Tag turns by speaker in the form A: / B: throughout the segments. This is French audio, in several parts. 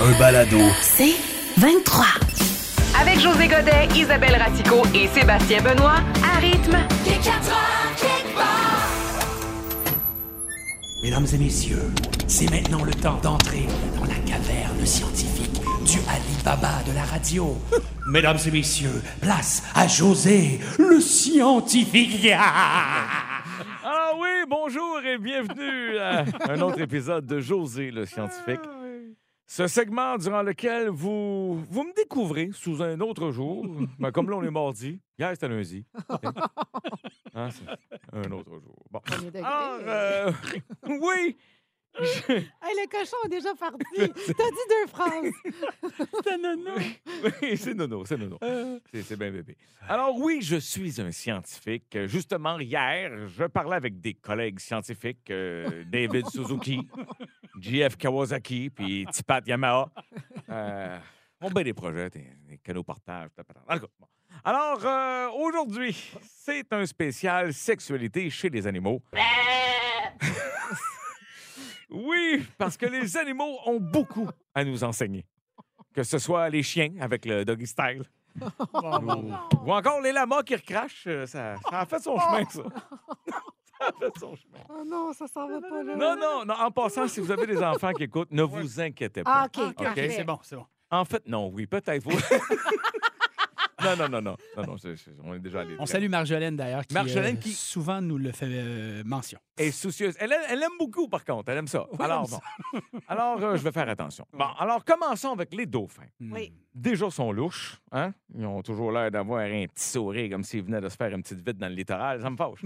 A: Un balado.
B: C'est 23.
C: Avec José Godet, Isabelle Ratico et Sébastien Benoît, à rythme.
D: Les 4 heures kickball.
A: Mesdames et messieurs, c'est maintenant le temps d'entrer dans la caverne scientifique du Alibaba de la radio. Mesdames et messieurs, place à José, le scientifique.
E: Ah oui, bonjour et bienvenue à un autre épisode de José le scientifique.
F: Ah
E: Ce segment durant lequel vous, vous me découvrez sous un autre jour, Ben, comme là on est mardi, hier c'était lundi. Hein, c'est un autre jour. Bon.
F: Premier degré.
E: Alors, euh, oui,
F: Hey, le cochon est déjà parti. T'as dit deux phrases. Euh.
E: Oui, c'est nono, c'est nono. C'est c'est bien bébé. Alors oui, je suis un scientifique. Euh, Justement, hier, je parlais avec des collègues scientifiques, euh, David Suzuki, JF Kawasaki, puis Tipat Yamaha. Euh, on bat des projets, des, des canaux partage. ta, patata. En tout cas, bon. Alors, euh, aujourd'hui, c'est un spécial sexualité chez les animaux. Oui, parce que les animaux ont beaucoup à nous enseigner. Que ce soit les chiens avec le doggy style. ou, ou encore les lamas qui recrachent, euh, ça, ça a fait son chemin, ça. ça a fait son chemin.
F: Oh Ah! non, ça s'en va pas là.
E: Non, non, non, en passant, si vous avez des enfants qui écoutent, ne vous inquiétez
F: Ah,
E: pas.
F: OK, parfait.
G: C'est bon, c'est bon.
E: En fait, non, oui, peut-être vous. non, non, non, non, non, non, c'est- c'est- on est déjà allé.
G: On salue Marjolaine d'ailleurs, qui,
E: Marjolaine
G: euh,
E: qui-
G: souvent nous le fait euh, mention.
E: est soucieuse. Elle, elle aime beaucoup, par contre. Elle aime ça. alors, bon. alors euh, je vais faire attention. Bon, Hmm. alors, commençons avec les dauphins.
F: Oui.
E: Déjà, ils sont louches. Hein? Ils ont toujours l'air d'avoir un petit sourire, comme s'ils venaient de se faire une petite vide dans le littoral. Ça me fâche.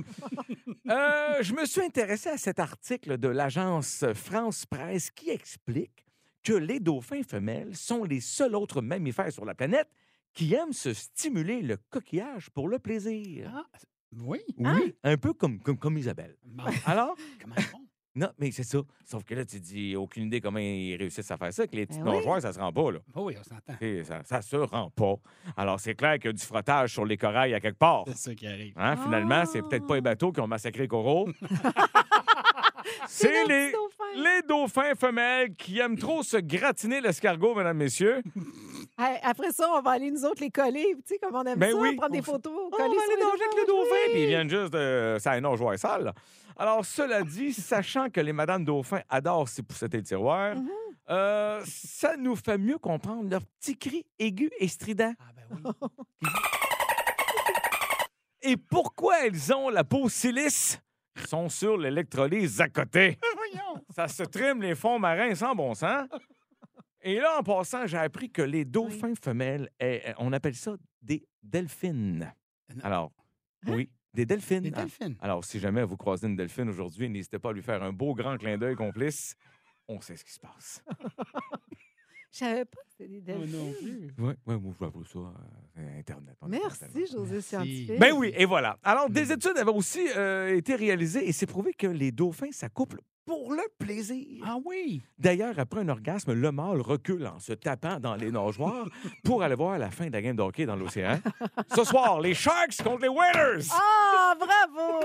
E: Euh, je me suis intéressé à cet article de l'agence France Presse qui explique que les dauphins femelles sont les seuls autres mammifères sur la planète qui aiment se stimuler le coquillage pour le plaisir.
G: Ah, oui.
E: Oui, un peu comme, comme, comme Isabelle.
G: Ah! Bon,
E: Alors,
G: comment ils font?
E: non, mais c'est ça. Sauf que là, tu te dis, aucune idée comment ils réussissent à faire ça. Que les petites
F: Ben oui.
E: nageoires, ça se rend pas, là.
G: Oh oui, on s'entend.
E: Et ça, ça se rend pas. Alors, c'est clair qu'il y a du frottage sur les corails à quelque part.
G: C'est ça Ah! qui arrive.
E: Hein, Finalement, c'est peut-être pas les bateaux qui ont massacré les coraux. c'est les, les dauphins femelles qui aiment trop se gratiner l'escargot, mesdames, messieurs.
F: Hey, après ça, on va aller nous autres les coller. Tu sais, comme on aime
E: Ben
F: ça,
E: oui.
F: prendre
E: On
F: des
E: fait-
F: photos.
E: Oh,
F: coller
E: on va
F: sur
E: aller danger avec les
F: dauphins.
E: dauphins. Puis ils viennent juste de. Ça a un joueur sale. là. Alors, cela dit, sachant que les madames dauphins adorent s'y poussetter le tiroir,
F: Mhm.
E: euh, ça nous fait mieux comprendre leurs petits cris aigus et stridents.
G: Ah ben oui.
E: Et pourquoi elles ont la peau silice? Ils sont sur l'électrolyse à
F: Ah,
E: côté. Ça se trime les fonds marins sans bon sens. Et là, en passant, j'ai appris que les dauphins femelles, eh, eh, on appelle ça des delphines.
G: Euh, Non.
E: Alors,
F: Hein?
E: oui, des delphines.
G: Des
E: Ah.
G: delphines.
E: Alors, si jamais vous croisez une delphine aujourd'hui, n'hésitez pas à lui faire un beau grand clin d'œil complice. On sait ce qui se passe.
F: Je savais pas que
E: Oh
F: c'était des
G: Moi
F: delphins.
G: non plus.
E: Oui, oui, moi, je vais vous ça euh, Internet. On est tellement-
F: Merci, José
G: Merci.
F: Scientifique.
E: Ben oui, et voilà. Alors, des études avaient aussi euh, été réalisées et c'est prouvé que les dauphins s'accouplent pour le plaisir.
G: Ah oui.
E: D'ailleurs, après un orgasme, le mâle recule en se tapant dans les nageoires pour aller voir la fin de la game de hockey dans l'océan. Ce soir, les Sharks contre les Whalers!
F: Ah, bravo!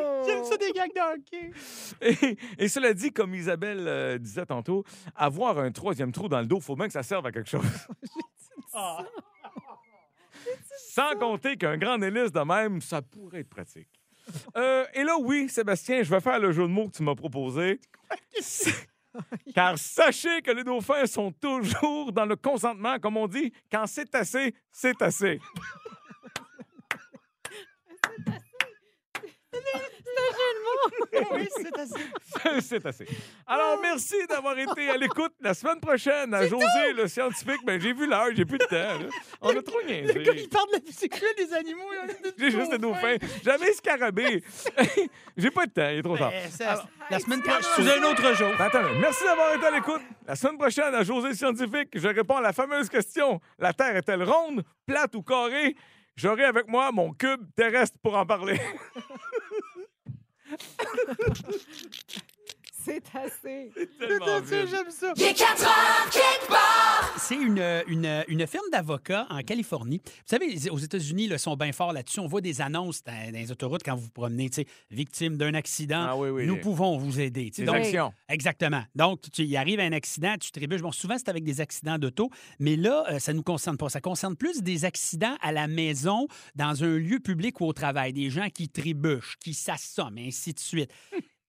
G: des gags de hockey.
E: Et, et cela dit, comme Isabelle euh, disait tantôt, avoir un troisième trou dans le dos, faut bien que ça serve à quelque chose. Sans compter qu'un grand hélice de même, ça pourrait être pratique. Euh, et là, oui, Sébastien, je vais faire le jeu de mots que tu m'as proposé. Car sachez que les dauphins sont toujours dans le consentement, comme on dit, quand c'est assez, c'est assez. Ben
F: oui, c'est assez.
E: C'est assez. Alors, merci d'avoir été à l'écoute. La semaine prochaine, à José, le scientifique, ben, j'ai vu l'heure, j'ai plus de temps. là. On a trop
F: Le gars, il
E: niaisé.
F: parle de la sexuelle des animaux. là, de
E: J'ai juste des dauphins. Jamais scarabée. j'ai pas de temps, il est trop tard.
G: Eh, ça- La semaine prochaine,
F: Ah,
G: sous un autre jour.
E: Ben, attends, merci d'avoir été à l'écoute. La semaine prochaine, à José le scientifique, je réponds à la fameuse question La Terre est-elle ronde, plate ou carrée J'aurai avec moi mon cube terrestre pour en parler.
F: C'est assez.
E: Tellement
F: Dieu,
E: vide.
F: j'aime ça.
D: Il est 4 heures quelque part.
G: C'est une, une, une firme d'avocats en Californie. Vous savez, les- aux États-Unis, ils sont bien forts là-dessus. On voit des annonces dans, dans les autoroutes quand vous vous promenez, tu sais, victime d'un accident,
E: Ah oui, oui,
G: nous
E: les-
G: pouvons vous aider. tu sais.
E: Des
G: Donc,
E: actions.
G: Exactement. Donc, tu, il arrive un accident, tu trébuches. Bon, souvent, c'est avec des accidents d'auto, mais là, euh, ça ne nous concerne pas. Ça concerne plus des accidents à la maison, dans un lieu public ou au travail. Des gens qui trébuchent, qui s'assomment, et ainsi de suite.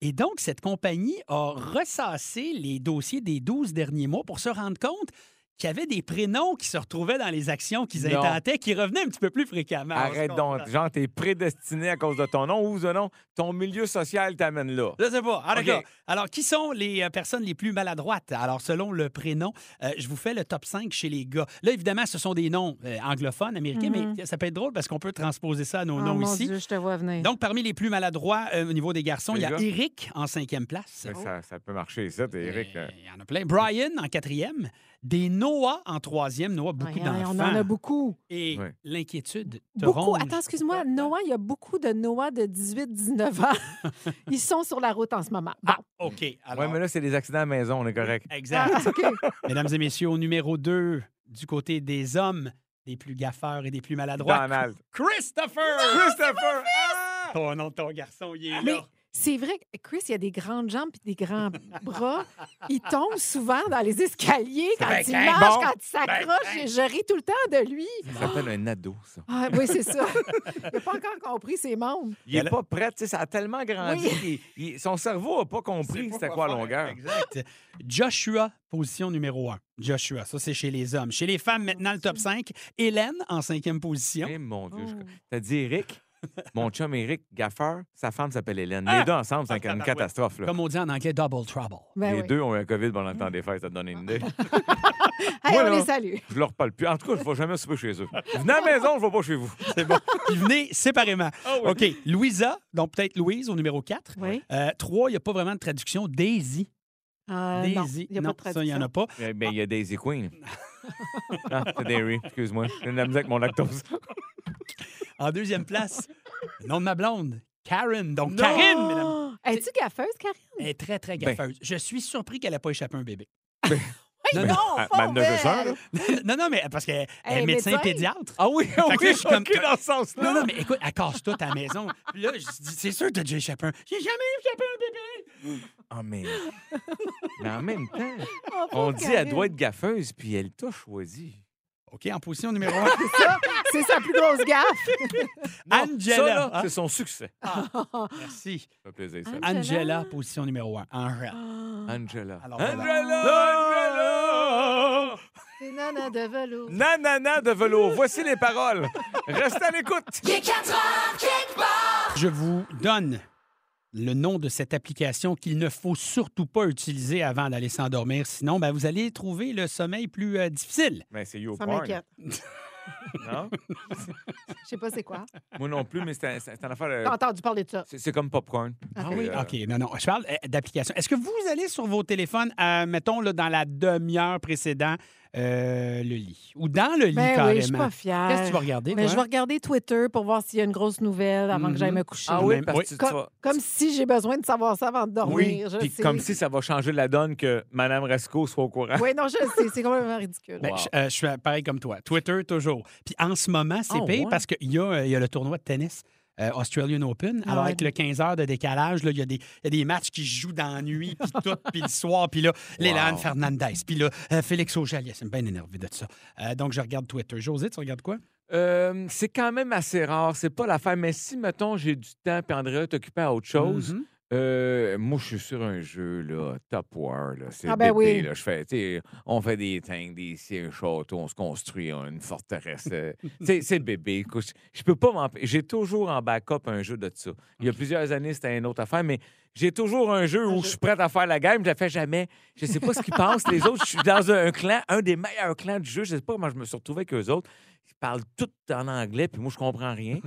G: Et donc, cette compagnie a ressassé les dossiers des 12 derniers mois pour se rendre compte qu'il y avait des prénoms qui se retrouvaient dans les actions qu'ils
E: Non.
G: intentaient, qui revenaient un petit peu plus fréquemment.
E: Arrête donc. Genre, t'es prédestiné à cause de ton nom ou de non. Ton milieu social t'amène là.
G: Je sais pas. Ah,
E: OK.
G: d'accord. Alors, qui sont les euh, personnes les plus maladroites? Alors, selon le prénom, euh, je vous fais le top 5 chez les gars. Là, évidemment, ce sont des noms euh, anglophones, américains, mais ça peut être drôle parce qu'on peut transposer ça à nos
F: Oh
G: noms
F: Mhm. mon
G: ici.
F: Dieu, je te vois venir.
G: Donc, parmi les plus maladroits euh, au niveau des garçons, il y a
E: Les gars.
G: Eric en cinquième place.
E: Ben, Ça, ça peut marcher, ça, t'es Eric. hein. là.
G: Euh, Il y en a plein. Brian en quatrième. Des Noah en troisième. Noah, beaucoup
F: Ouais,
G: d'enfants.
F: on en a beaucoup.
G: Et
E: Ouais.
G: l'inquiétude te
F: Beaucoup.
G: ronge.
F: Attends,
G: hein?
F: excuse-moi. Noah, il y a beaucoup de Noah de 18-19 ans. Ils sont sur la route en ce moment. Bon. Ah,
G: Ah, OK. Alors,
E: Ouais, mais là, c'est des accidents à la maison, on est correct.
G: exact.
F: OK.
G: Mesdames et messieurs, au numéro 2, du côté des hommes, des plus gaffeurs et des plus maladroits,
E: Donald.
G: Christopher!
E: Christopher! Ah!
G: Ton nom de ton garçon, il est
F: Mais
G: là.
F: c'est vrai que Chris, il a des grandes jambes et des grands bras. Il tombe souvent dans les escaliers quand
G: Ben,
F: il
G: ben,
F: marche,
G: bon.
F: quand il s'accroche. et je ris tout le temps de lui.
E: Ça s'appelle un ado, ça.
F: Ah, oui, c'est ça. Il n'a pas encore compris ses membres.
E: Il
G: Elle-
E: est pas prêt, tu sais, ça a tellement grandi. qu'il- il- son cerveau a pas compris c'était quoi la longueur.
G: Exact. Joshua, position numéro 1. Joshua, ça, c'est chez les hommes. Chez les femmes, maintenant, le top 5. Hélène, en cinquième position.
E: Eh, mon Dieu, je-
F: Oh.
E: t'as dit Eric? Mon chum Eric Gaffeur, sa femme s'appelle Hélène.
G: Ah!
E: Les deux ensemble, c'est une
G: tabarouette.
E: catastrophe. Là.
G: Comme Mm. on dit en anglais, double trouble.
F: Ben
E: les
F: oui.
E: deux ont eu un COVID pendant le temps des fêtes, ça te donne une idée.
F: Hey,
E: Moi,
F: on
E: là.
F: les salue.
E: Je leur parle plus. En tout cas, je ne vais jamais souper chez eux. Venez à la maison, je ne vais pas chez vous.
G: C'est bon. Puis venez séparément.
E: Ah
G: OK. Louisa, donc peut-être Louise au numéro 4.
F: Oui.
G: 3, il n'y a pas vraiment de traduction. Daisy.
F: Euh, non,
G: Daisy.
F: il n'y a pas de
G: ça, il n'y en a pas.
E: Eh bien, il y a Daisy Queen. Ah, c'est Dairy, excuse-moi. J'ai de la musique avec mon lactose.
G: En deuxième place, le nom de ma blonde, Karen. Donc, Karine,
F: Karine,
G: mesdames.
F: Oh! Es-tu gaffeuse, Karine?
G: Elle est très, très
E: Ben.
G: gaffeuse. Je suis surpris qu'elle n'ait pas échappé un bébé.
F: Hey,
G: Ben,
F: non,
E: ah,
F: pas
E: ma neveu sœur,
F: belle.
E: là.
G: non, non, mais parce qu'elle elle est
F: est
G: médecin
F: médecin.
G: pédiatre.
E: Ah oui,
G: Fait
E: ah
G: que là,
E: oui,
G: je suis comme-
E: OK, dans ce sens-là.
G: Non, non, mais écoute, elle casse tout à la maison. Puis là, je dis, c'est sûr que t'as déjà échappé un. J'ai jamais échappé un bébé.
E: Ah, mais... mais en même temps,
F: Oh,
E: on
F: pauvre
E: dit elle
F: Karine.
E: doit être gaffeuse, puis elle t'a choisi.
G: OK, en position numéro un.
F: C'est sa plus grosse gaffe.
E: Non,
G: Angela,
E: ça, là,
G: hein?
E: c'est son succès.
G: Merci.
E: Ça fait plaisir, ça.
F: Angela.
G: Angela, position numéro un. Angela.
F: Ah.
E: Angela. Hein?
G: Alors, voilà.
E: Angela! Angela!
F: C'est nana de velours.
E: Nanana de velours. Voici les paroles. Restez à l'écoute.
D: Il est 4 heures quelque part.
G: Je vous donne le nom de cette application qu'il ne faut surtout pas utiliser avant d'aller s'endormir. Sinon, ben, vous allez trouver le sommeil plus euh, difficile.
E: Ben, c'est YouPorn.
F: Ça m'inquiète.
E: Non?
F: Je sais pas c'est quoi.
E: Moi non plus, mais c'est un- c'est une affaire de-
F: T'as entendu parler de ça.
E: C'est c'est comme popcorn.
G: Ah
E: Et,
G: oui,
E: euh,
G: OK. Non, non, je parle euh, d'application. Est-ce que vous allez sur vos téléphones, euh, mettons, là, dans la demi-heure précédant euh, le lit? Ou dans le lit,
F: Ben oui, je suis
G: carrément?
F: pas fière.
G: Qu'est-ce que tu vas regarder,
F: Ben,
G: toi?
F: je vais regarder Twitter pour voir s'il y a une grosse nouvelle avant
G: Mhm.
F: que j'aille me coucher.
E: Ah oui, parce que tu- tu
F: Comme,
E: vas-
F: comme si j'ai besoin de savoir ça avant de
E: Oui,
F: dormir. je
E: puis
F: sais.
E: comme si ça va changer la donne que Mme Rasco soit au courant.
F: Oui, non, je sais. C'est complètement ridicule.
G: Ben,
E: Wow.
G: je, euh, je suis pareil comme toi. Twitter, toujours. Puis en ce moment, c'est
F: Oh,
E: Ah,
G: pire
E: ouais.
G: parce qu'il y, a, euh, il y a le tournoi de tennis. euh, Australian Open. Alors,
F: Ah Ouais.
G: avec le 15 heures de décalage, là, il y, a des- il y a des matchs qui se jouent dans la nuit, puis tout, puis le soir, puis là, Lélan
E: Wow.
G: Fernandez, puis là, euh, Félix Auger Ça me bien énervé de ça. Euh, donc, je regarde Twitter. José, tu regardes quoi?
E: Euh, c'est quand même assez rare. C'est pas l'affaire. Mais si, mettons, j'ai du temps, puis Andrea est occupé à autre chose,
G: Mhm.
E: Euh, moi, je suis sur un jeu, là, Top War, là. C'est
F: Ah ben
E: bébé,
F: oui.
E: là. Je fais, tu sais, on fait des tanks, des sièges châteaux, on se construit on a une forteresse. euh. Tu sais, c'est bébé. Écoute, je je peux pas m'en... J'ai toujours en backup un jeu de ça. Il y a plusieurs années, c'était une autre affaire, mais j'ai toujours un jeu où je suis prêt à faire la game, je la fais jamais. Je sais pas ce qu'ils pensent, les autres. Je suis dans un clan, un des meilleurs clans du jeu. Je sais pas comment je me suis retrouvé avec eux autres. Ils parlent tout en anglais, puis moi, je comprends rien.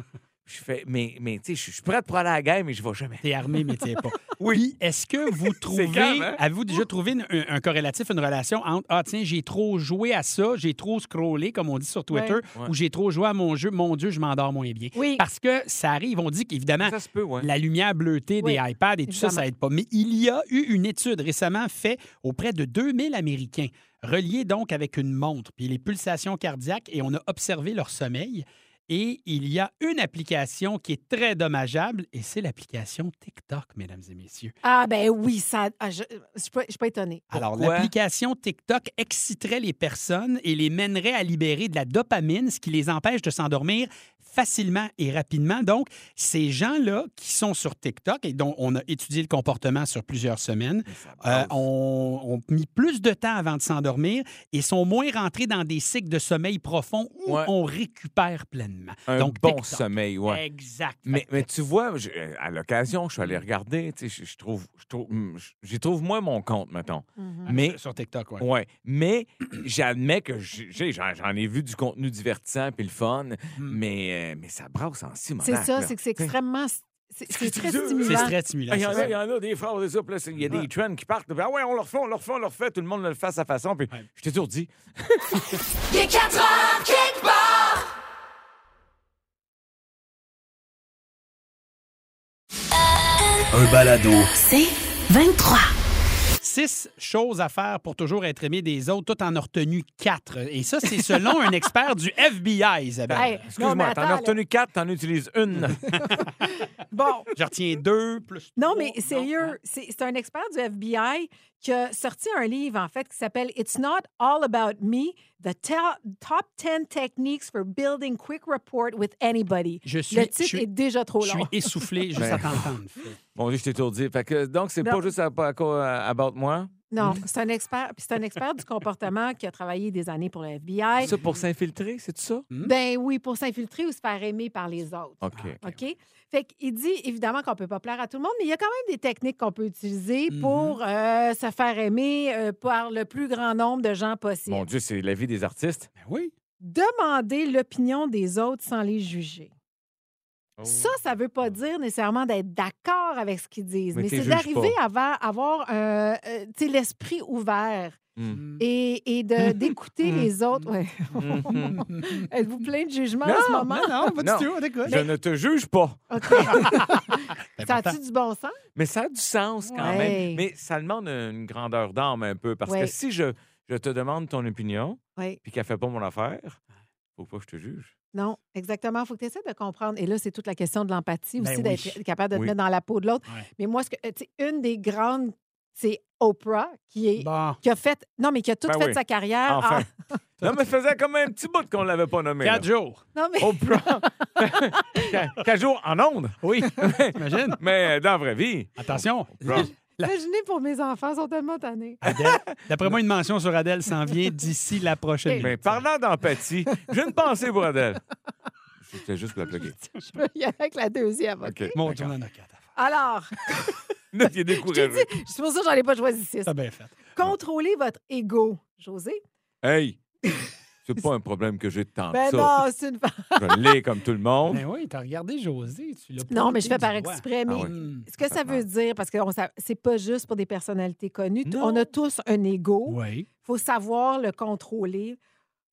E: Je fais, mais, mais tu sais, je suis prêt pour aller à la game, mais je vais jamais.
G: T'es armé, mais t'es pas. Oui. Est-ce que vous trouvez,
E: calme, hein?
G: avez-vous déjà trouvé une- un, un corrélatif, une relation entre Ah, tiens, j'ai trop joué à ça, j'ai trop scrollé, comme on dit sur Twitter,
E: Ouais.
G: ou j'ai trop joué à mon jeu, mon Dieu, je m'endors moins bien.
F: Oui.
G: Parce que ça arrive, on dit qu'évidemment,
E: Ça se peut, ouais.
G: la lumière bleutée des
F: Oui,
G: iPads et tout ça,
F: évidemment.
G: ça aide pas. Mais il y a eu une étude récemment faite auprès de 2000 Américains, reliés donc avec une montre, puis les pulsations cardiaques, et on a observé leur sommeil. Et il y a une application qui est très dommageable, et c'est l'application TikTok, mesdames et messieurs.
F: Ah, ben oui, ça. ah, je ne suis, pas- je suis pas étonnée.
G: Alors,
E: Pourquoi?
G: l'application TikTok exciterait les personnes et les mènerait à libérer de la dopamine, ce qui les empêche de s'endormir facilement et rapidement. Donc, ces gens-là qui sont sur TikTok et dont on a étudié le comportement sur plusieurs semaines, euh,
E: Ah
G: ont, ont mis plus de temps avant de s'endormir et sont moins rentrés dans des cycles de sommeil profond où
E: Ouais.
G: on récupère pleinement.
E: Un
G: Donc,
E: bon
G: TikTok.
E: sommeil, ouais.
G: Exact.
E: Mais, mais tu vois, je- euh, à l'occasion, je suis allé regarder, tu sais, je, je trouve, je trouve, hum, je- j'y trouve moins mon compte, mettons.
F: Mm-hmm.
E: Mais,
G: Sur TikTok, oui.
E: ouais, mais j'admets que j'ai- j'ai- j'en j'en ai vu du contenu divertissant puis le fun, mais, euh, mais ça brasse en six
F: Mm. C'est ça, c'est que c'est extrêmement. C'est c'est très
E: Ah, ben, C'est
G: C'est
F: stimulant.
G: très stimulant.
E: Il y, en
G: ça.
E: a, il y en a des phrases de ça, puis là, c'est- il y a des trends qui partent. puis, Ah ouais, on le refait, on le refait, on le refait, tout le monde le fait à sa façon. Puis
G: Ouais.
E: je t'ai toujours dit,
D: Il est 4 heures, quelque part.
H: Un balado.
B: C'est 23.
G: six choses à faire pour toujours être aimé des autres, tout en a retenu quatre. Et ça, c'est selon un expert du FBI, Isabelle.
F: Hey, non, mais
E: excuse-moi, t'en
F: attends,
E: as
F: là.
E: retenu quatre, t'en utilises une.
F: Bon.
G: Je retiens deux, plus
F: Non,
G: trois.
F: mais sérieux, c'est c'est un expert du FBI qui a sorti un livre, en fait, qui s'appelle It's Not All About Me, The Te- Top 10 Techniques for Building Quick Rapport with Anybody.
G: Je suis-
F: Le titre
G: je suis-
F: est déjà trop
G: Je suis
F: long.
G: essoufflé juste
E: Ben.
G: à t'entendre.
E: Bon, je t'ai toujours dit. Fait que, donc, c'est
F: Non.
E: pas juste à, à, à, about moi.
F: Non, c'est un expert, puis c'est un expert du comportement qui a travaillé des années pour le FBI.
E: Ça, pour s'infiltrer, c'est ça?
G: hmm?
F: Ben oui, pour s'infiltrer ou se faire aimer par les autres.
E: OK.
F: OK? Fait qu'il dit évidemment qu'on ne peut pas plaire à tout le monde, mais il y a quand même des techniques qu'on peut utiliser pour
G: Mm-hmm.
F: euh, se faire aimer euh, par le plus grand nombre de gens possible.
E: Mon Dieu, c'est la vie des artistes.
G: Ben oui.
F: Demander l'opinion des autres sans les juger. Oh.
E: Oh.
F: Ça, ça ne veut pas dire nécessairement d'être d'accord avec ce qu'ils disent,
E: Mais
F: mais,
E: t'es
F: c'est
E: juge
F: d'arriver
E: pas.
F: à avoir, avoir euh, euh, tu sais, l'esprit ouvert
E: Mm.
F: et, et de- d'écouter les autres. Ouais.
G: Hmm.
E: Mhm.
F: Êtes-vous plein de jugement
E: Non,
F: en ce moment?
G: non,
E: pas du Non. tout, Je ne te juge pas.
F: OK. ça
G: pourtant-
F: a-tu du bon sens?
E: Mais ça a du sens quand
F: Ouais.
E: même. Mais ça demande une grandeur d'âme un peu. Parce
F: Ouais.
E: que si je, je te demande ton opinion
F: Oui.
E: puis qu'elle fait pas mon affaire, faut pas que je te juge.
F: Non, exactement. Il faut que tu essaies de comprendre. Et là, c'est toute la question de l'empathie
G: Ben
F: aussi,
G: oui.
F: d'être capable de te
E: Oui.
F: mettre dans la peau de l'autre.
G: Ouais.
F: Mais moi, ce que, euh, tu sais, une des grandes, c'est Oprah qui, est,
G: Bon.
F: qui a fait. Non, mais qui a tout
E: Ben
F: fait
E: oui.
F: sa carrière. en-
E: Enfin. Non, mais ça faisait quand même un petit bout qu'on l'avait pas nommé.
G: Quatre jours.
F: Non, mais.
E: Au plan. Quatre jours en onde,
G: Oui, imagine.
E: mais euh, dans la vraie vie.
G: Attention.
E: Bon.
G: La-
F: Imaginez pour mes enfants, ils sont tellement tannés.
G: Adèle. D'après moi, une mention sur Adèle s'en vient d'ici la prochaine.
E: Mais parlant d'empathie, j'ai une pensée pour Adèle. C'était juste pour la plugger.
F: Je peux y aller avec la deuxième. OK?
E: OK.
G: Mon Dieu, on en a quatre à faire.
F: Alors,
E: Là, il est
F: je t'ai
E: découragé.
F: dit, c'est pour ça que j'en ai pas choisi six.
G: T'as bien fait.
F: Contrôler votre ego, José.
E: Hey, c'est pas un problème que j'ai de temps
F: Ben
E: Ah, ça.
F: non, c'est une.
E: Je l'ai comme tout le monde.
G: Ben oui, t'as regardé José. Tu l'as
F: Non, mais je fais par
G: pointé du doigt.
F: exprès, mais
E: Ah ouais.
G: Mm.
F: Ce que ça veut dire, parce que on sa- c'est pas juste pour des personnalités connues. T- On
E: Non.
F: a tous un ego. Il
G: Oui.
F: faut savoir le contrôler.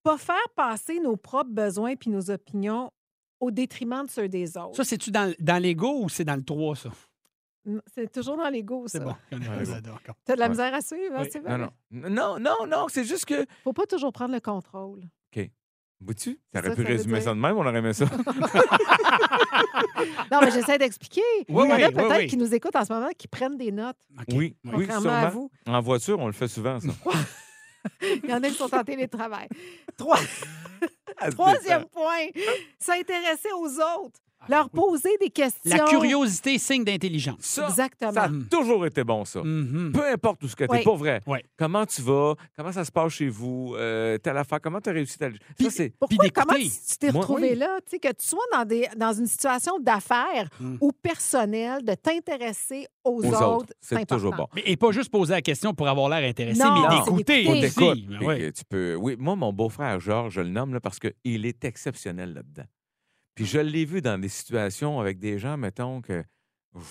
F: Pas faire passer nos propres besoins puis nos opinions au détriment de ceux des autres.
G: Ça, c'est-tu dans, dans l'ego ou c'est dans le 3, ça?
F: Mm, C'est toujours dans l'ego, ça.
G: C'est bon. On est
E: Ouais,
G: rendu là, d'accord.
F: T'as de la
E: Ouais.
F: misère à suivre, hein,
G: Oui.
F: c'est
E: Non, non. Non, non, non, c'est juste que.
F: Faut pas toujours prendre le contrôle.
E: Vois-tu?
F: C'est
E: T'aurais
F: ça,
E: pu
F: ça veut
E: résumer
F: dire.
E: ça de même, on aurait aimé ça.
F: Non, mais j'essaie d'expliquer.
G: Oui,
F: Il y en a
G: oui, oui,
F: peut-être
G: oui.
F: qui nous écoutent en ce moment qui prennent des notes,
G: OK.
E: Oui, oui,
F: contrairement à
E: sûrement.
F: vous.
E: En voiture, on le fait souvent, ça.
F: Il y en a qui sont en télétravail. Trois-
E: Ah, c'est
F: Troisième point, s'intéresser aux autres.
E: Ah,
F: Leur poser des questions.
G: La curiosité, signe d'intelligence.
E: Ça,
F: Exactement. Mm.
E: Ça a toujours été bon, ça. Peu importe où ce que tu es,
F: Oui.
E: pour vrai.
G: Oui.
E: Comment tu vas? Comment ça se passe chez vous? Euh, telle affaire? Comment tu as réussi ta... Ça, c'est...
G: Puis
F: Pourquoi, comment tu
G: d'écouter.
F: tu t'es
E: Moi,
F: retrouvé
E: oui.
F: là? Tu sais, que tu sois dans, des, dans une situation d'affaires ou personnelle, de t'intéresser aux,
E: Mm. Aux
F: autres,
E: autres, c'est toujours
F: important.
E: bon.
G: Mais- Et pas juste poser la question pour avoir l'air intéressé,
F: Non,
G: mais
F: non.
G: d'écouter.
F: Faut
E: On t'écoute.
G: aussi.
F: Ben
G: Ben
E: Puis,
G: Ouais.
E: euh, Tu peux... Oui, moi, mon beau-frère Georges, je le nomme là, parce qu'il est exceptionnel là-dedans. Puis je l'ai vu dans des situations avec des gens, mettons, que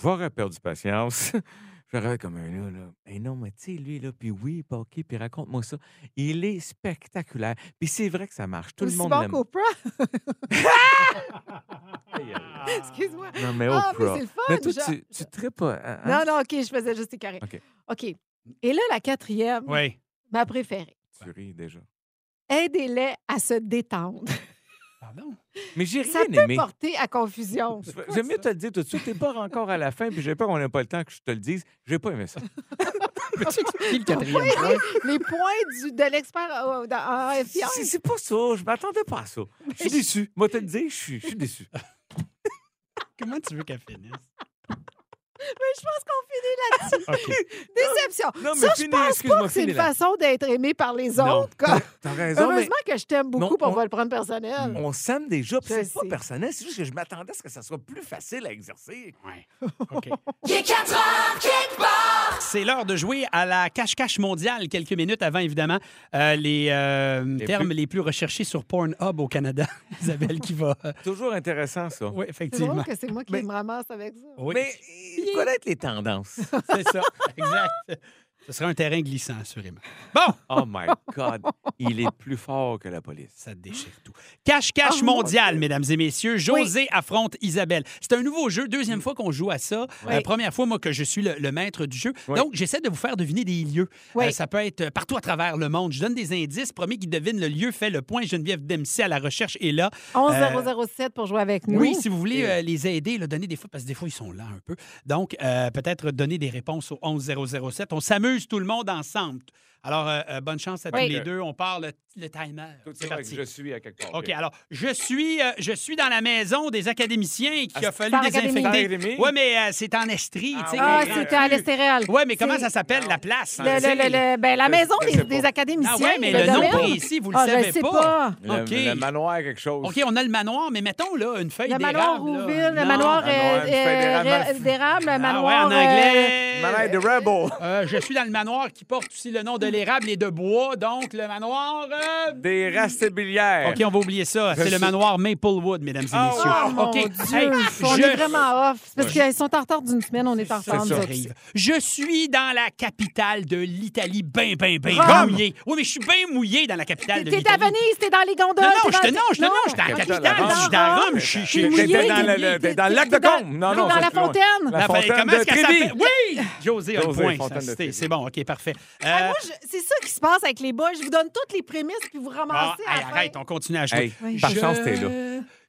E: j'aurais perdu patience. J'aurais comme un là, là. Eh non, mais tu sais, lui, là, puis oui, pas OK, puis raconte-moi ça. Il est spectaculaire. Puis c'est vrai que ça marche. Tout
F: Aussi
E: le monde
F: bon
E: l'aime.
F: qu'Oprah. Excuse-moi.
E: Non, mais
F: Ah, mais
E: Oprah.
F: c'est le fun,
E: Mais toi,
F: genre-
E: tu, tu tripes pas. hein, hein?
F: Non, non, OK, je faisais juste écarrer.
E: OK.
F: OK. Et là, la quatrième,
G: Ouais.
F: ma préférée.
E: Tu ris déjà.
F: Aidez-les à se détendre.
G: Pardon?
E: Mais j'ai
F: Ça
E: rien
F: peut
E: aimé.
F: porter à confusion.
E: J'aime mieux te le dire tout de suite. T'es pas encore à la fin, puis j'ai peur qu'on n'ait pas le temps que je te le dise. J'ai pas aimé ça.
G: Qui le quatrième?
F: Oui, oui, les points du, de l'expert euh, dans- en FBI.
E: C'est c'est pas ça. Je m'attendais pas à ça. Je suis déçu. Moi, te le dire, je suis- je suis déçu.
G: Comment tu veux qu'elle finisse?
F: Mais je pense qu'on finit là-dessus.
G: OK.
F: Déception.
E: Non, mais
F: ça, je
E: finis,
F: pense pas
E: excuse-moi,
F: que c'est une
E: finis là.
F: façon d'être aimé par les
E: Non,
F: autres. comme-
E: T'as raison, mais
F: Heureusement que je t'aime beaucoup,
E: Non,
F: pour on
E: on-
F: va le prendre personnel.
E: on s'aime déjà. puis
F: Je
E: C'est pas
F: sais.
E: personnel. C'est juste que je m'attendais à ce que ça soit plus facile à exercer.
G: Ouais. OK.
D: Il est 4 heures, kickbox!
G: C'est l'heure de jouer à la cache-cache mondiale, quelques minutes avant, évidemment, euh, les, euh, termes
E: plus-
G: les plus recherchés sur Pornhub au Canada. Isabelle qui va.
E: Toujours intéressant, ça.
G: Oui,
F: C'est
G: effectivement.
F: drôle que c'est moi qui
E: Mais-
F: me ramasse avec ça.
G: Oui,
E: Mais euh, connaître les tendances.
G: c'est ça. Exact. Ce serait un terrain glissant, assurément. Bon,
E: Oh my God, il est plus fort que la police.
G: Ça déchire tout. Cache-cache
F: Oh, mon
G: mondial, mesdames et messieurs. José affronte Isabelle. C'est un nouveau jeu, deuxième fois qu'on joue à ça.
F: Mm. Oui.
G: Euh, première fois, moi, que je suis le, le maître du jeu.
E: Oui.
G: Donc, j'essaie de vous faire deviner des lieux.
F: Oui.
G: Euh, ça peut être euh, partout à travers le monde. Je donne des indices. Premier qui devine le lieu fait le point. Geneviève Dempsey à la recherche est là.
F: 11 007 pour jouer avec nous.
G: Oui, si vous voulez euh, les aider, là, donner des fois, parce que des fois, ils sont là un peu. Donc, euh, peut-être donner des réponses au 11007. On s'amuse tout le monde ensemble. Alors, euh, euh, bonne chance à
F: Oui.
G: tous les deux. On part le, le timer. C'est parti.
E: Je suis à quelque part.
G: OK, alors, je suis, euh, je suis dans la maison des académiciens et qu'il a fallu
F: Star Academy.
E: Star
G: désinfecter.
E: Academy?
G: Oui, mais euh, c'est en Estrie, tu sais.
F: Ah,
G: les
F: c'est
G: grands
F: à
G: crus.
F: l'Estérel.
G: Ouais, mais comment
F: C'est
G: ça s'appelle, la place?
F: le- le- le- le- ben, la
E: Je-
F: maison
E: je
F: des,
E: sais pas.
F: des académiciens.
G: Ah ouais, mais le, nom
F: domaine.
G: précis, vous le
F: Ah, je
G: savez
F: sais
G: pas.
F: pas.
E: Le,
G: OK.
E: le manoir, quelque chose.
G: OK, on a le manoir, mais mettons, là, une feuille
F: Le
G: d'érable.
F: manoir
G: là.
F: Rouville, le
G: Non.
F: manoir
E: Ah, non,
F: euh,
E: une feuille d'érable,
F: euh,
E: un f-
F: d'érable, le
G: Ah
F: manoir.
G: ouais, en
F: euh,
G: anglais.
E: Manoir de Rebel.
G: Euh, je suis dans le manoir qui porte aussi le nom de l'érable et de bois, donc le manoir... euh,
E: Des rastibilières.
G: OK, on va oublier ça. C'est
E: suis-
G: le manoir Maplewood, mesdames et
E: Oh,
G: messieurs.
F: Oh, mon
G: OK,
F: Dieu,
G: hey,
F: on
G: je-
F: est vraiment off. C'est Parce qu'ils sont en retard d'une semaine, on est en retard.
G: Ça
F: nous autres.
G: arrive. Je suis dans la capitale de l'Italie, ben, ben, ben
E: Rome.
G: mouillé. Oui, mais je suis bien mouillé dans la capitale de
F: T'es à
G: l'Italie.
F: Venise, t'es dans les gondoles.
G: Non, non,
F: t'es
G: je te
F: dans-
G: non, je te non, je suis dans la
F: Ok,
G: capitale,
F: dans
G: je suis dans Rome, je suis- je suis mouillé.
E: T'es dans le- le- t'es dans le lac de
F: T'es dans-
E: Combe. Non,
F: t'es
E: non,
F: dans
E: c'est
F: la
E: plus loin.
F: fontaine.
E: La
G: Enfin,
E: fontaine
G: comment est-ce
E: de
G: qu'elle s'appelle?
E: Trévi.
G: Oui! José a le
E: José,
G: point,
E: fontaine
G: ça,
E: de
G: c'est
E: Trévi.
G: c'est bon, OK, parfait.
F: Ah,
G: Euh,
F: moi, je- C'est ça qui se passe avec les boys. Je vous donne toutes les prémices, puis vous
G: ah,
F: ramassez à
G: hey,
F: la fin.
G: arrête, on continue à jouer.
E: Hey, Oui. par
G: Je-
E: chance, t'es là.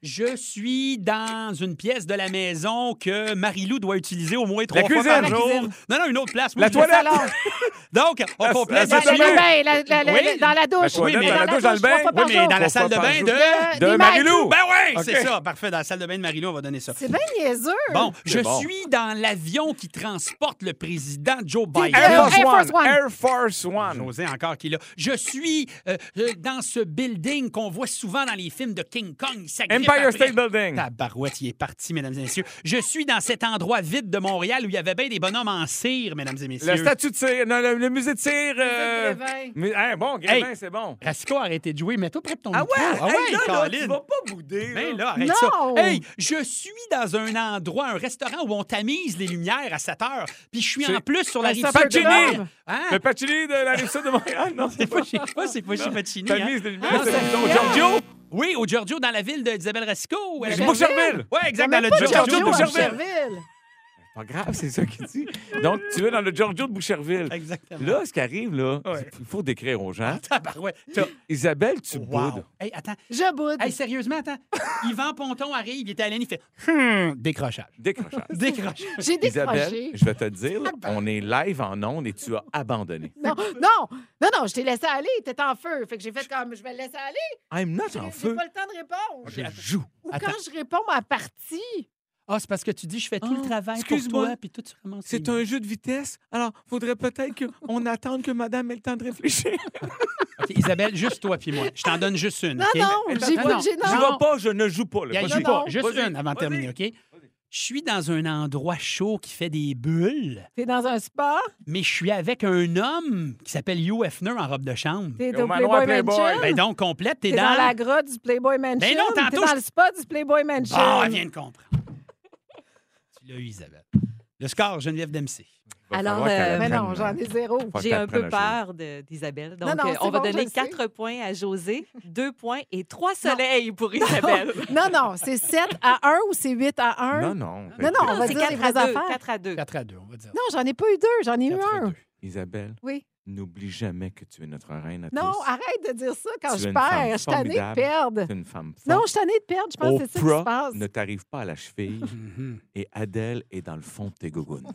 G: Je suis dans une pièce de la maison que Marie-Lou doit utiliser au moins trois fois
E: cuisine.
G: par
E: La
G: jour.
F: cuisine.
G: Non, non, une autre place.
E: La
G: Moi, je-
E: toilette.
G: Donc, on
E: La-
G: complète.
E: la
F: Dans
E: salle de
G: Mathieu.
E: bain.
F: la- la- la- la-
G: Oui.
F: Dans la douche.
E: toilette,
F: mais
E: dans la douche, dans le bain.
F: trois fois
G: Oui,
F: par
G: mais
F: jour.
G: dans la
E: Trois
G: salle de
E: fois par
G: bain
E: jour.
G: de...
F: Euh,
E: De
F: des
E: Marie-Lou.
G: Ben oui, c'est
E: OK.
G: ça. Parfait. Dans la salle de bain de Marie-Lou, on va donner ça.
F: C'est bien niaiseux.
G: Bon, je
E: C'est bon.
G: suis dans l'avion qui transporte le président Joe
F: Air
G: Biden.
F: Force One.
E: Air Force One.
G: José encore qui est là. Je suis euh, euh, dans ce building qu'on voit souvent dans les films de King Kong. Il s'agrippe
E: Empire
G: après.
E: State Building.
G: Tabarouette, il est parti, mesdames et messieurs. Je suis dans cet endroit vide de Montréal où il y avait bien des bonhommes en cire, mesdames et messieurs.
E: Le statut de cire. non, le, le musée de cire. euh,
F: Musée de Grévin.
E: mais, hey, bon, Grévin,
G: Hey.
E: c'est bon.
G: Racicot, arrêtez de jouer, mets-toi près de ton
E: Ah ouais,
G: micro.
E: hey, là, là,
G: Colin.
E: tu vas pas bouder.
G: Mais
E: là.
G: là, arrête
F: Non!
G: ça. Hey, je suis dans un endroit, un restaurant où on tamise les lumières à 7 heures, puis je suis
E: C'est-
G: en plus sur la
F: Ben,
G: rive
F: ça
G: sud
F: peut
G: de
F: être
G: Montréal.
F: grave.
G: Hein?
E: Le Pacini de la rive sud de Montréal. Non,
G: C'est pas chez moi, c'est pas chez Pacini.
E: hein. T'as
G: hein.
E: mis des
G: Ah,
E: lumières.
G: c'est-
E: C'est au Giorgio.
G: Oui, au Giorgio, dans la ville d'isabelle Racicot. où elle
E: C'est
G: avait-
E: Boucherville.
G: Ouais, exact,
F: Même
G: dans le
F: pas de
G: Giorgio hein.
F: Giorgio à
G: Boucherville.
F: Boucherville.
E: Pas grave, c'est ça qu'il dit. Donc, tu es dans le Giorgio de Boucherville.
G: Exactement. Ah, ben
E: Là, ce qui arrive, là,
G: Ouais.
E: il faut décrire aux gens.
G: Tabarouette.
E: T'as- Isabelle, tu boudes.
G: Hey, attends.
F: Je boude.
G: Hey, sérieusement, attends. Yvan Ponton arrive, il est à l'aine, il fait Hum, décrochage.
E: Décrochage.
G: Décrochage.
F: J'ai décroché.
E: Isabelle, je vais te dire, là, on est live en ondes et tu as abandonné.
F: Non, non, non, non, je t'ai laissé aller. T'étais en feu. Fait que j'ai fait comme je vais le laisser aller.
E: I'm not
F: J'ai
E: en
F: j'ai
E: feu.
F: pas le temps de répondre.
E: Je joue.
F: Ou
G: Attends.
F: quand je réponds ma partie.
G: Ah, c'est parce que tu dis, je fais tout
E: Ah,
G: le travail pour
E: excuse-moi.
G: toi, puis toi, tu ramasses.
E: C'est
G: les
E: un jeu de vitesse. Alors, faudrait peut-être qu'on attende que madame ait le temps de réfléchir.
G: OK, Isabelle, juste toi puis moi. Je t'en donne juste une.
F: Non,
G: OK?
F: non, j'ai
G: non,
F: pas
G: non,
F: j'ai-
E: Je
F: non.
E: vois pas, je ne joue pas. là.
G: Il y a-
E: Vas-y.
G: il y a pas,
F: non.
G: juste
E: Vas-y,
G: une avant de
E: vas-y.
G: terminer, OK? Je suis dans un endroit chaud qui fait des bulles,
F: T'es dans un spa,
G: mais je suis avec un homme qui s'appelle Hugh Hefner en robe de chambre.
F: t'es
E: Au
F: au
E: manoir
F: Playboy
E: Playboy.
F: Mansion.
G: Ben donc, complète, t'es
F: Mmh. T'es
G: dans...
F: dans la grotte du Playboy Mansion.
G: Ben non, tantôt,
F: T'es
G: je-
F: dans le spa du Playboy Mansion.
G: Ah, elle vient de comprendre. tu l'as eu, Isabelle. Le score, Geneviève Dempsey.
E: Va
I: Alors,
E: falloir qu'elle
I: euh,
F: Mais non,
E: apprenne,
F: j'en ai zéro.
E: Faut
I: J'ai
E: que
I: un peu
E: t'apprennes à jouer.
I: peur de- d'Isabelle.
F: Non,
I: Donc,
F: non,
I: euh,
F: c'est
I: on va
F: bon, je
I: donner
F: le sais.
I: quatre points à José, deux points et trois soleils pour Isabelle.
F: Non, non, c'est 7 à 1 ou c'est 8 à 1?
E: Non, non.
F: Non, non, on va
I: c'est
F: dire les
I: quatre à,
F: vraies
I: deux,
F: affaires.
I: quatre à deux.
G: 4 à 2, on va dire.
F: Non, j'en ai pas eu deux, j'en ai eu
G: Quatre à
F: un.
G: deux.
E: Isabelle,
F: Oui.
E: n'oublie jamais que tu es notre reine à
F: Non, ah,
E: tous.
F: arrête de dire ça quand
E: Tu es
F: je
E: une
F: perds.
E: femme
F: Je suis tannée de
E: formidable.
F: perdre.
E: Tu es une femme forte.
F: Non, je suis tannée de perdre. Je pense que c'est ça qui se
E: Oprah
F: passe.
E: ne t'arrive pas à la cheville
G: Mhm.
E: et Adèle est dans le fond de tes gougounes.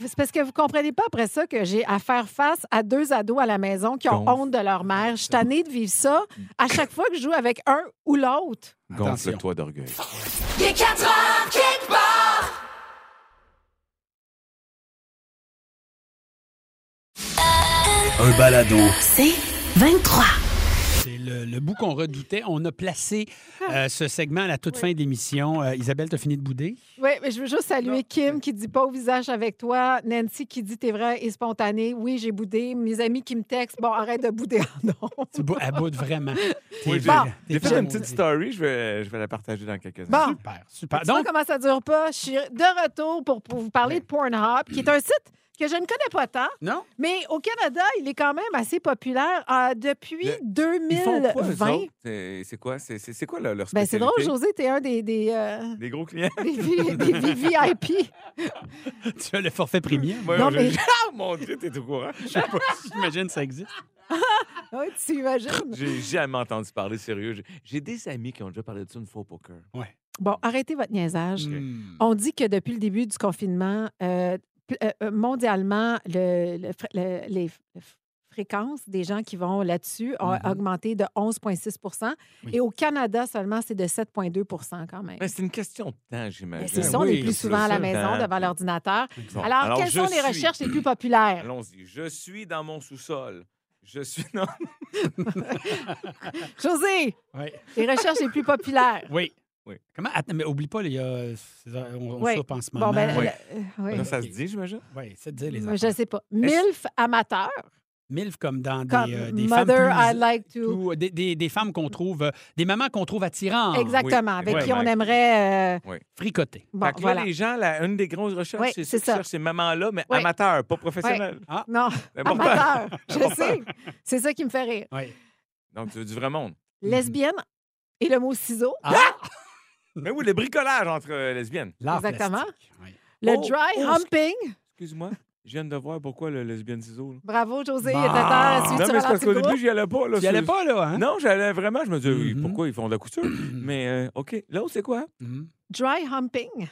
F: C'est parce que vous comprenez pas après ça que j'ai à faire face à deux ados à la maison qui ont
E: Gonfle.
F: honte de leur mère. Je suis tannée de vivre ça à chaque fois que je joue avec un ou l'autre.
E: Gonfle-toi d'orgueil.
D: Il est 4 heures, quelque part.
H: Un balado.
B: C'est 23.
G: C'est le, le bout qu'on redoutait. On a placé
F: Ah.
G: euh, ce segment à la toute fin de l'émission. Euh, Isabelle, t'as fini de bouder?
F: Oui, mais je veux juste saluer Kim qui dit pas au visage avec toi. Nancy qui dit t'es vrai et spontané. Oui, j'ai boudé. Mes amis qui me textent, bon, arrête de bouder. Non.
G: Tu bou- elle boude vraiment. T'es
E: Oui,
G: vrai-
F: j'ai-
G: t'es
E: J'ai fait
G: bon,
E: une petite
G: t'es-
E: story, je vais, je vais la partager dans quelques
F: Bon.
E: instants.
G: Super, super.
F: Tu vois
G: Donc,
F: comment ça dure pas? Je suis de retour pour, pour vous parler de Pornhub, qui est un site que je ne connais pas tant,
G: non?
F: mais au Canada, il est quand même assez populaire euh, depuis
E: Le- Ils font quoi, eux
F: 2020.
E: autres? C'est c'est quoi, c'est- c'est- c'est quoi leur leur
F: Ben, c'est
E: spécialité?
F: drôle, José, t'es un des, des, euh,
E: Des gros clients?
F: des, vi- des vi- VIP.
G: Tu as le forfait premium.
E: Moi,
F: Non,
E: je-
F: mais-
E: Ah, mon Dieu, t'es au courant?
G: Je sais pas si j'imagine ça existe.
F: Oui, tu imagines.
E: J'ai jamais entendu parler sérieux. J'ai- J'ai des amis qui ont déjà parlé de ça une fois au poker.
F: Bon, arrêtez votre niaisage.
E: Mm.
G: Hmm.
F: On dit que depuis le début du confinement, euh, pl- euh, euh, mondialement, le- le fr- le- les f- f- fréquences des gens qui vont là-dessus ont
E: Mm-hmm.
G: Mhm.
F: augmenté de 11,6
G: Oui.
F: Et au Canada seulement, c'est de 7,2 quand même.
E: Mais c'est une question de temps, j'imagine.
F: Mais C'est
G: ben
F: ça, on
G: oui,
F: est plus
G: c'est
F: souvent à la
E: ça.
F: maison devant l'ordinateur.
E: Bon,
F: Alors, quelles
E: je
F: sont les
E: suis-
F: recherches les plus populaires?
E: Allons-y. Je suis dans mon sous-sol. Je suis dans...
F: José,
G: Oui.
F: les recherches les plus populaires.
G: Oui.
E: Oui.
G: Comment? Attends, mais oublie pas, il y a. c'est- On, on
F: Oui.
G: soupe en ce moment.
F: Bon, ben,
G: oui,
F: le- euh, oui.
E: Ça, ça se dit, j'imagine?
G: Oui, c'est de dire les
F: Moi,
G: affaires.
F: Je sais pas. MILF amateur,
G: Milf comme dans
F: comme
G: des, euh, des femmes
F: Mother, I Mm.
G: plus-
F: like to.
G: plus- des, des- des femmes qu'on trouve, euh, des mamans qu'on trouve attirantes,
F: Exactement,
E: oui.
F: avec
E: Ouais,
F: qui on
E: ouais.
F: aimerait. euh,
G: fricotées.
F: bon,
E: fait que là,
F: voilà.
E: les gens, la- une des grosses recherches,
F: Oui,
E: c'est
F: c'est
E: ceux qui
F: ça.
E: cherchent ces mamans-là, mais
F: Oui.
E: amateurs, pas professionnels.
F: Non,
E: C'est important.
F: amateur, je sais.
E: ben.
F: C'est ça qui me fait rire.
G: Oui.
E: Donc, tu veux du vrai monde.
F: Lesbienne et le mot ciseau,
G: Ah,
E: Mais oui, le bricolage entre euh, lesbiennes.
G: l'art
F: Exactement.
G: plastique, oui.
F: le
E: Oh,
F: dry
E: oh,
F: humping.
E: Excuse-moi, je viens de voir pourquoi le lesbienne ciseau. là. Ah!
F: Bravo, José,
G: Bon.
F: il était à
E: Bah, Non,
F: celui
E: mais
F: sur
E: c'est parce qu'au
F: l'antigroupe.
E: début, j'y allais pas. Là,
G: Tu y allais
E: c'est-
G: pas, là, hein?
E: Non, j'allais vraiment. Je me disais, oui,
G: Mhm.
E: pourquoi ils font de la couture? mais, euh, OK. L'autre, c'est quoi?
G: Mhm.
F: Dry humping.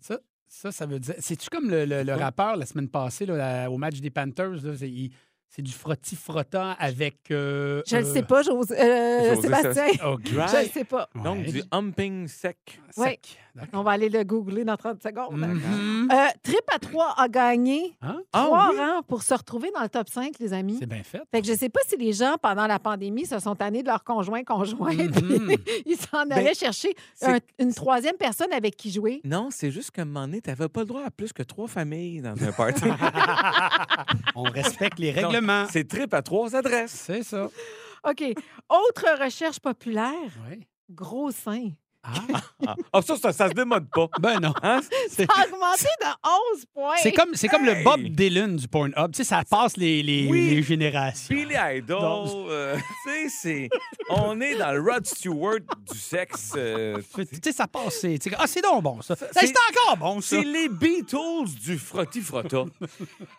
G: Ça, ça, ça veut dire. C'est-tu comme le, le- le
E: quoi?
G: rappeur la semaine passée, là, la- au match des Panthers? là, c'est, il- c'est du frotti-frottant avec. euh,
F: Je ne
G: euh,
F: sais pas, José, euh,
E: José, ça-
F: Sébastien.
G: OK.
F: Je ne sais pas.
G: Ouais.
E: Donc, du humping sec.
G: Sec. D'accord.
F: On va aller le googler dans 30 secondes.
G: Mhm.
F: Euh, Trip à 3 a gagné
G: Hein?
F: trois rangs pour se retrouver dans le top 5, les amis.
G: C'est bien fait.
F: Fait que je sais pas si les gens, pendant la pandémie, se sont tannés de leur conjoint conjoint
G: Mhm.
F: puis ils s'en
E: Ben,
F: allaient chercher
E: c'est-
F: un- une troisième personne avec qui jouer.
E: Non, c'est juste qu'à un moment donné, t'avais pas le droit à plus que trois familles dans un party.
G: On respecte les règlements.
E: Donc, C'est trip à trois adresses.
G: C'est ça.
F: OK. Autre recherche populaire,
G: Oui.
F: gros sein.
E: Ah, Ah, ça, ça, ça se démode pas.
G: Ben non.
I: Ça a augmenté de 11 points.
G: C'est comme, c'est comme le Bob Dylan du Pornhub. Tu sais, ça passe les, les,
E: Oui.
G: les générations.
E: Billy Idol,
G: Non.
E: euh, tu sais, c'est. On est dans le Rod Stewart du sexe. euh,
G: Tu sais, ça passe. c'est- tu sais, Ah, c'est donc bon, ça. Ça,
E: c'est-
G: C'est encore bon, ça.
E: c'est les Beatles du frotti-frotta.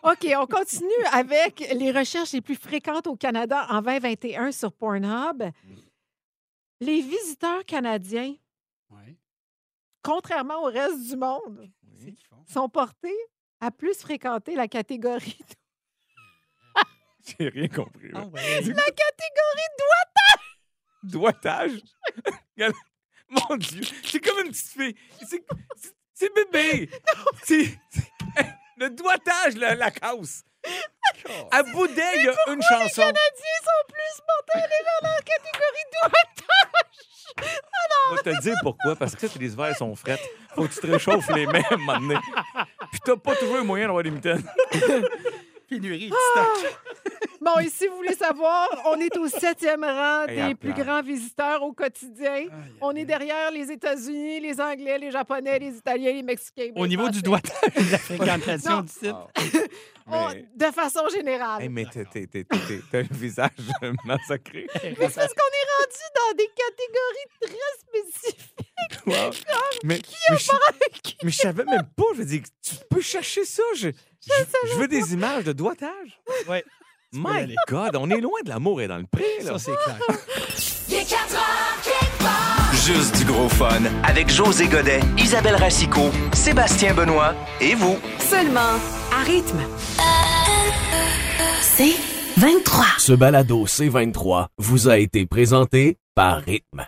F: OK, on continue avec les recherches les plus fréquentes au Canada en 2021 sur Pornhub. Les visiteurs canadiens,
G: Ouais.
F: contrairement au reste du monde, sont portés à plus fréquenter la catégorie
E: J'ai rien compris.
G: Ah
E: là.
G: ouais.
F: la catégorie doigts.
E: Doigtage. Regarde. Mon Dieu, c'est comme une petite fille. C'est- c'est- C'est bébé. C'est- c'est- Hey, le doigtage, la, la casse. À Boudet, il y a une chanson.
F: Canadiens sont plus portés à aller vers la catégorie doigts.
E: Je vais te dire pourquoi. Parce que ça, tes verres sont frettes. Faut que tu te réchauffes les mains à un moment donné. Puis t'as pas toujours le moyen d'avoir des mitaines.
G: Pénurie de stock.
F: Bon, et si vous voulez savoir, on est au septième rang
E: Hey, à
F: des plus
E: plan.
F: grands visiteurs au quotidien. On est derrière les États-Unis, les Anglais, les Japonais, les Italiens, les Mexicains.
G: Au
F: les
G: niveau du
F: Français.
G: doigtage, la fréquentation
F: Non.
G: du site.
F: On-
E: Mais-
F: de façon générale.
E: Hey, mais t'es- t'es- t'es- t'es- t'es- t'as un visage massacré.
F: Mais c'est parce qu'on est rendu dans des catégories très spécifiques.
E: Wow. Mais, mais je, mais je savais même pas. Je dis, tu peux chercher ça. Je, je, je veux des images de doigtage.
G: Ouais. Tu peux y
E: My
G: aller.
E: God, on est loin de l'amour et dans le prix. Là.
G: Ça, c'est clair.
D: Il est 4 heures quelque part.
J: Juste du gros fun avec José Godet, Isabelle Racicot, Sébastien Benoît et vous.
C: Seulement à rythme.
B: C'est 23.
H: Ce balado C23 vous a été présenté par Rythme.